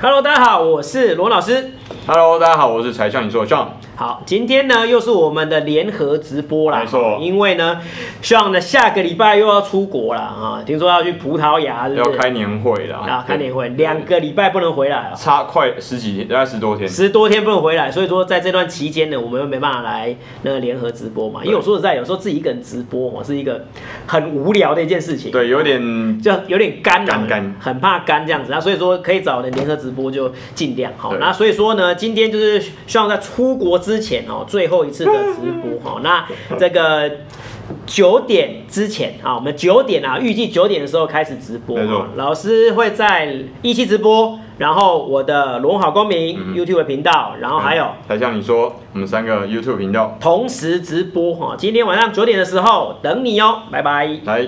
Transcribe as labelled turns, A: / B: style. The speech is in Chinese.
A: Hello，大家好，我是罗老师。
B: Hello，大家好，我是才向你说的 Sean。
A: 好，今天呢又是我们的联合直播啦，
B: 没错
A: 因为呢，像呢下个礼拜又要出国了啊，听说要去葡萄牙，是
B: 要
A: 不是？
B: 开年会了
A: 啊，开年会，两个礼拜不能回来啊，
B: 差快十几天，大概十多天。
A: 十多天不能回来，所以说在这段期间呢，我们又没办法来那个联合直播嘛，因为我说实在，有时候自己一个人直播哦，是一个很无聊的一件事情。
B: 对，有点
A: 就有点干、啊，
B: 干干
A: 很怕干这样子啊，所以说可以找人联合直播就尽量好。
B: 对
A: 那所以说呢，今天就是希望在出国之前哦，最后一次的直播哈、 哦。那这个九点之前啊，我们九点啊，预计九点的时候开始直播、
B: 没错
A: 啊，老师会在一期直播，然后我的龙好公民、
B: 嗯
A: YouTube 的频道，然后哦还有。
B: 才向你说，我们三个 YouTube 频道
A: 同时直播哈，哦今天晚上九点的时候等你哦，拜拜。
B: 来。